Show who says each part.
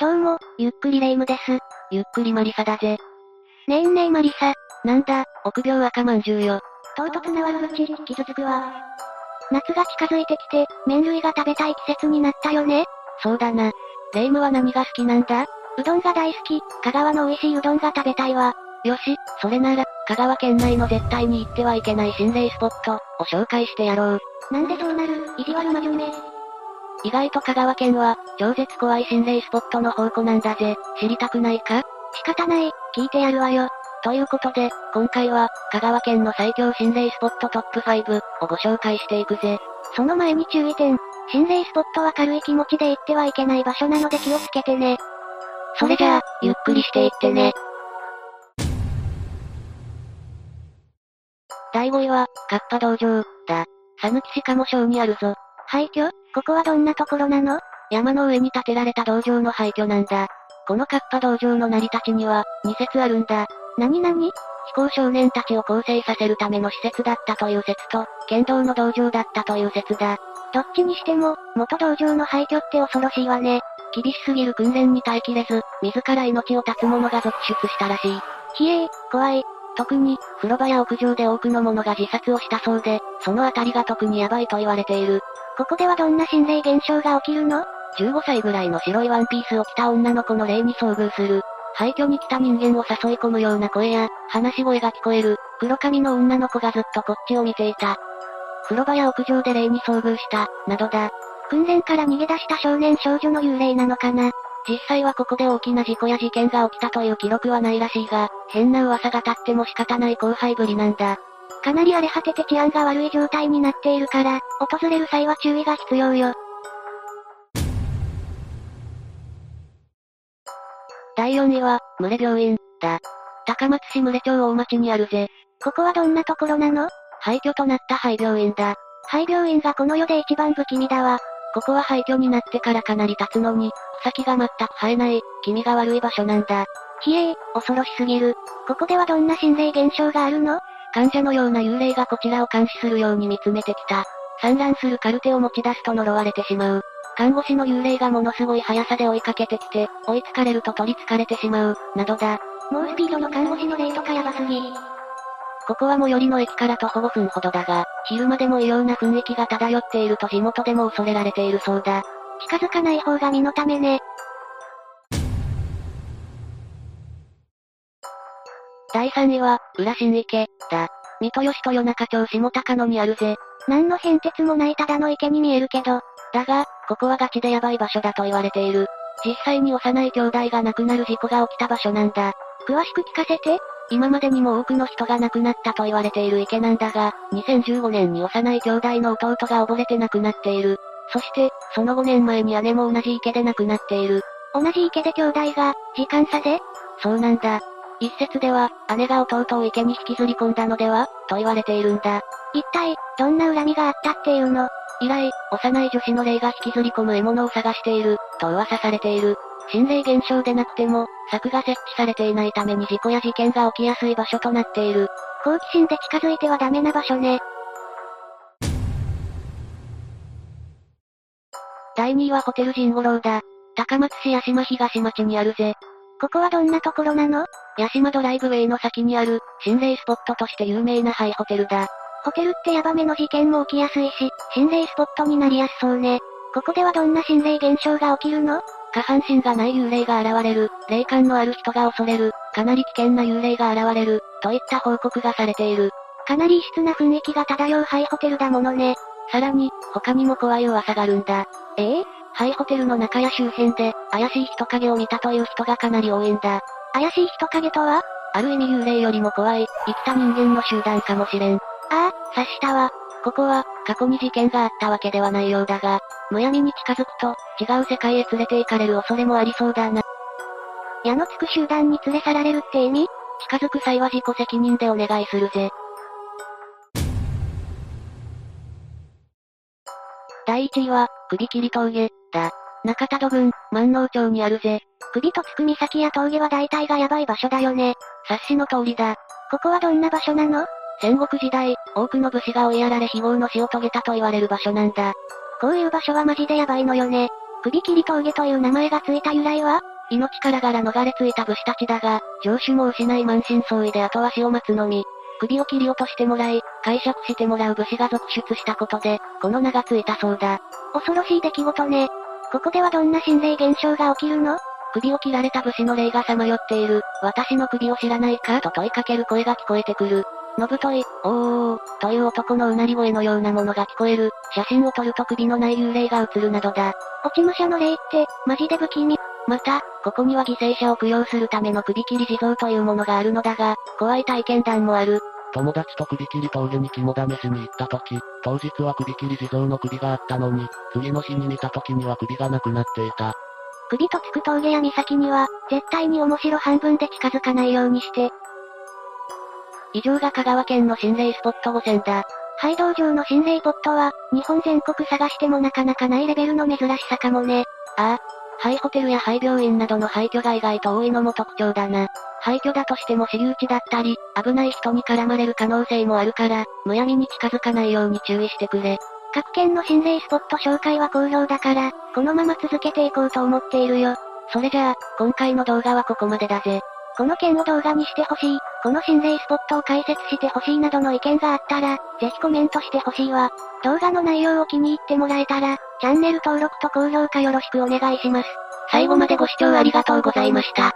Speaker 1: どうも、ゆっくりレ夢ムです。
Speaker 2: ゆっくりマリサだぜ。
Speaker 1: ねえねえマリサ。
Speaker 2: なんだ、臆病赤まんじゅうよ。
Speaker 1: 唐突な悪口、傷つくわ。夏が近づいてきて、麺類が食べたい季節になったよね。
Speaker 2: そうだな。レ夢ムは何が好きなんだ
Speaker 1: うどんが大好き、香川の美味しいうどんが食べたいわ。
Speaker 2: よし、それなら、香川県内の絶対に行ってはいけない心霊スポットを紹介してやろう。
Speaker 1: なんでそうなる、意地悪魔女め。
Speaker 2: 意外と香川県は、超絶怖い心霊スポットの宝庫なんだぜ。知りたくないか
Speaker 1: 仕方ない、聞いてやるわよ。
Speaker 2: ということで、今回は、香川県の最強心霊スポットトップ5をご紹介していくぜ。
Speaker 1: その前に注意点。心霊スポットは軽い気持ちで行ってはいけない場所なので気をつけてね。
Speaker 2: それじゃあ、ゆっくりしていってね。第5位は、カッパ道場、だ。讃岐市鴨省にあるぞ。
Speaker 1: 廃墟ここはどんなところなの
Speaker 2: 山の上に建てられた道場の廃墟なんだ。このカッパ道場の成り立ちには、2説あるんだ。
Speaker 1: なになに
Speaker 2: 非行少年たちを構成させるための施設だったという説と、剣道の道場だったという説だ。
Speaker 1: どっちにしても、元道場の廃墟って恐ろしいわね。
Speaker 2: 厳しすぎる訓練に耐えきれず、自ら命を絶つ者が続出したらしい。
Speaker 1: ひえー、怖い。
Speaker 2: 特に、風呂場や屋上で多くの者が自殺をしたそうで、そのあたりが特にヤバいと言われている。
Speaker 1: ここではどんな心霊現象が起きるの
Speaker 2: ?15 歳ぐらいの白いワンピースを着た女の子の霊に遭遇する。廃墟に来た人間を誘い込むような声や、話し声が聞こえる。黒髪の女の子がずっとこっちを見ていた。風呂場や屋上で霊に遭遇した、などだ。
Speaker 1: 訓練から逃げ出した少年少女の幽霊なのかな
Speaker 2: 実際はここで大きな事故や事件が起きたという記録はないらしいが、変な噂が立っても仕方ない後輩ぶりなんだ。
Speaker 1: かなり荒れ果てて治安が悪い状態になっているから、訪れる際は注意が必要よ。
Speaker 2: 第4位は、群れ病院、だ。高松市群れ町大町にあるぜ。
Speaker 1: ここはどんなところなの
Speaker 2: 廃墟となった廃病院だ。
Speaker 1: 廃病院がこの世で一番不気味だわ。
Speaker 2: ここは廃墟になってからかなり経つのに、先が全く生えない、気味が悪い場所なんだ。
Speaker 1: ひえー、恐ろしすぎる。ここではどんな心霊現象があるの
Speaker 2: 患者のような幽霊がこちらを監視するように見つめてきた。散乱するカルテを持ち出すと呪われてしまう。看護師の幽霊がものすごい速さで追いかけてきて、追いつかれると取りつかれてしまう、などだ。
Speaker 1: 猛スピードの看護師の霊とかやばすぎ。
Speaker 2: ここは最寄りの駅から徒歩5分ほどだが、昼間でも異様な雰囲気が漂っていると地元でも恐れられているそうだ。
Speaker 1: 近づかない方が身のためね。
Speaker 2: 第3位は、浦新池、だ。水戸吉豊中町下高野にあるぜ。
Speaker 1: 何の変哲もないただの池に見えるけど。
Speaker 2: だが、ここはガチでヤバい場所だと言われている。実際に幼い兄弟が亡くなる事故が起きた場所なんだ。
Speaker 1: 詳しく聞かせて。
Speaker 2: 今までにも多くの人が亡くなったと言われている池なんだが、2015年に幼い兄弟の弟が溺れて亡くなっている。そして、その5年前に姉も同じ池で亡くなっている。
Speaker 1: 同じ池で兄弟が、時間差で
Speaker 2: そうなんだ。一説では、姉が弟を池に引きずり込んだのではと言われているんだ。
Speaker 1: 一体、どんな恨みがあったっていうの
Speaker 2: 以来、幼い女子の霊が引きずり込む獲物を探している、と噂されている。心霊現象でなくても、柵が設置されていないために事故や事件が起きやすい場所となっている。
Speaker 1: 好奇心で近づいてはダメな場所ね。
Speaker 2: 第2位はホテル神五郎だ。高松市八島東町にあるぜ。
Speaker 1: ここはどんなところなの
Speaker 2: 八島ドライブウェイの先にある、心霊スポットとして有名なハイホテルだ。
Speaker 1: ホテルってヤバめの事件も起きやすいし、心霊スポットになりやすそうね。ここではどんな心霊現象が起きるの
Speaker 2: 下半身がない幽霊が現れる、霊感のある人が恐れる、かなり危険な幽霊が現れる、といった報告がされている。
Speaker 1: かなり異質な雰囲気が漂うハイホテルだものね。
Speaker 2: さらに、他にも怖い噂があるんだ。
Speaker 1: ええー、
Speaker 2: ハイホテルの中や周辺で、怪しい人影を見たという人がかなり多いんだ。
Speaker 1: 怪しい人影とは
Speaker 2: ある意味幽霊よりも怖い、生きた人間の集団かもしれん。あ
Speaker 1: あ、察したわ。
Speaker 2: ここは、過去に事件があったわけではないようだが、むやみに近づくと、違う世界へ連れて行かれる恐れもありそうだな。
Speaker 1: 矢のつく集団に連れ去られるって意味
Speaker 2: 近づく際は自己責任でお願いするぜ。第1位は、首切り峠、だ。中田戸郡、万能町にあるぜ。
Speaker 1: 首とつく岬や峠は大体がヤバい場所だよね。
Speaker 2: 察しの通りだ。
Speaker 1: ここはどんな場所なの
Speaker 2: 戦国時代、多くの武士が追いやられ非業の死を遂げたと言われる場所なんだ。
Speaker 1: こういう場所はマジでヤバいのよね。首切り峠という名前がついた由来は
Speaker 2: 命からがら逃れ着いた武士たちだが、上手も失い満身創痍で後足を待つのみ。首を切り落としてもらい、解釈してもらう武士が続出したことで、この名がついたそうだ。
Speaker 1: 恐ろしい出来事ね。ここではどんな心霊現象が起きるの
Speaker 2: 首を切られた武士の霊がさまよっている、私の首を知らないかと問いかける声が聞こえてくる。のぶとい、おーおーおーという男のうなり声のようなものが聞こえる、写真を撮ると首のない幽霊が映るなどだ。
Speaker 1: 落ち武者の霊って、マジで不気味。
Speaker 2: また、ここには犠牲者を供養するための首切り地蔵というものがあるのだが、怖い体験談もある。
Speaker 3: 友達と首切り峠に肝試しに行った時、当日は首切り地蔵の首があったのに、次の日に見た時には首がなくなっていた。
Speaker 1: 首とつく峠や岬には、絶対に面白半分で近づかないようにして、
Speaker 2: 以上が香川県の心霊スポット5選だ。
Speaker 1: 廃道場の心霊ポットは、日本全国探してもなかなかないレベルの珍しさかもね。
Speaker 2: 廃ホテルや廃病院などの廃墟が意外と多いのも特徴だな。廃墟だとしても私有地だったり、危ない人に絡まれる可能性もあるから、むやみに近づかないように注意してくれ。
Speaker 1: 各県の心霊スポット紹介は好評だから、このまま続けていこうと思っているよ。
Speaker 2: それじゃあ、今回の動画はここまでだぜ。
Speaker 1: この件を動画にしてほしい、この心霊スポットを解説してほしいなどの意見があったら、ぜひコメントしてほしいわ。動画の内容を気に入ってもらえたら、チャンネル登録と高評価よろしくお願いします。
Speaker 2: 最後までご視聴ありがとうございました。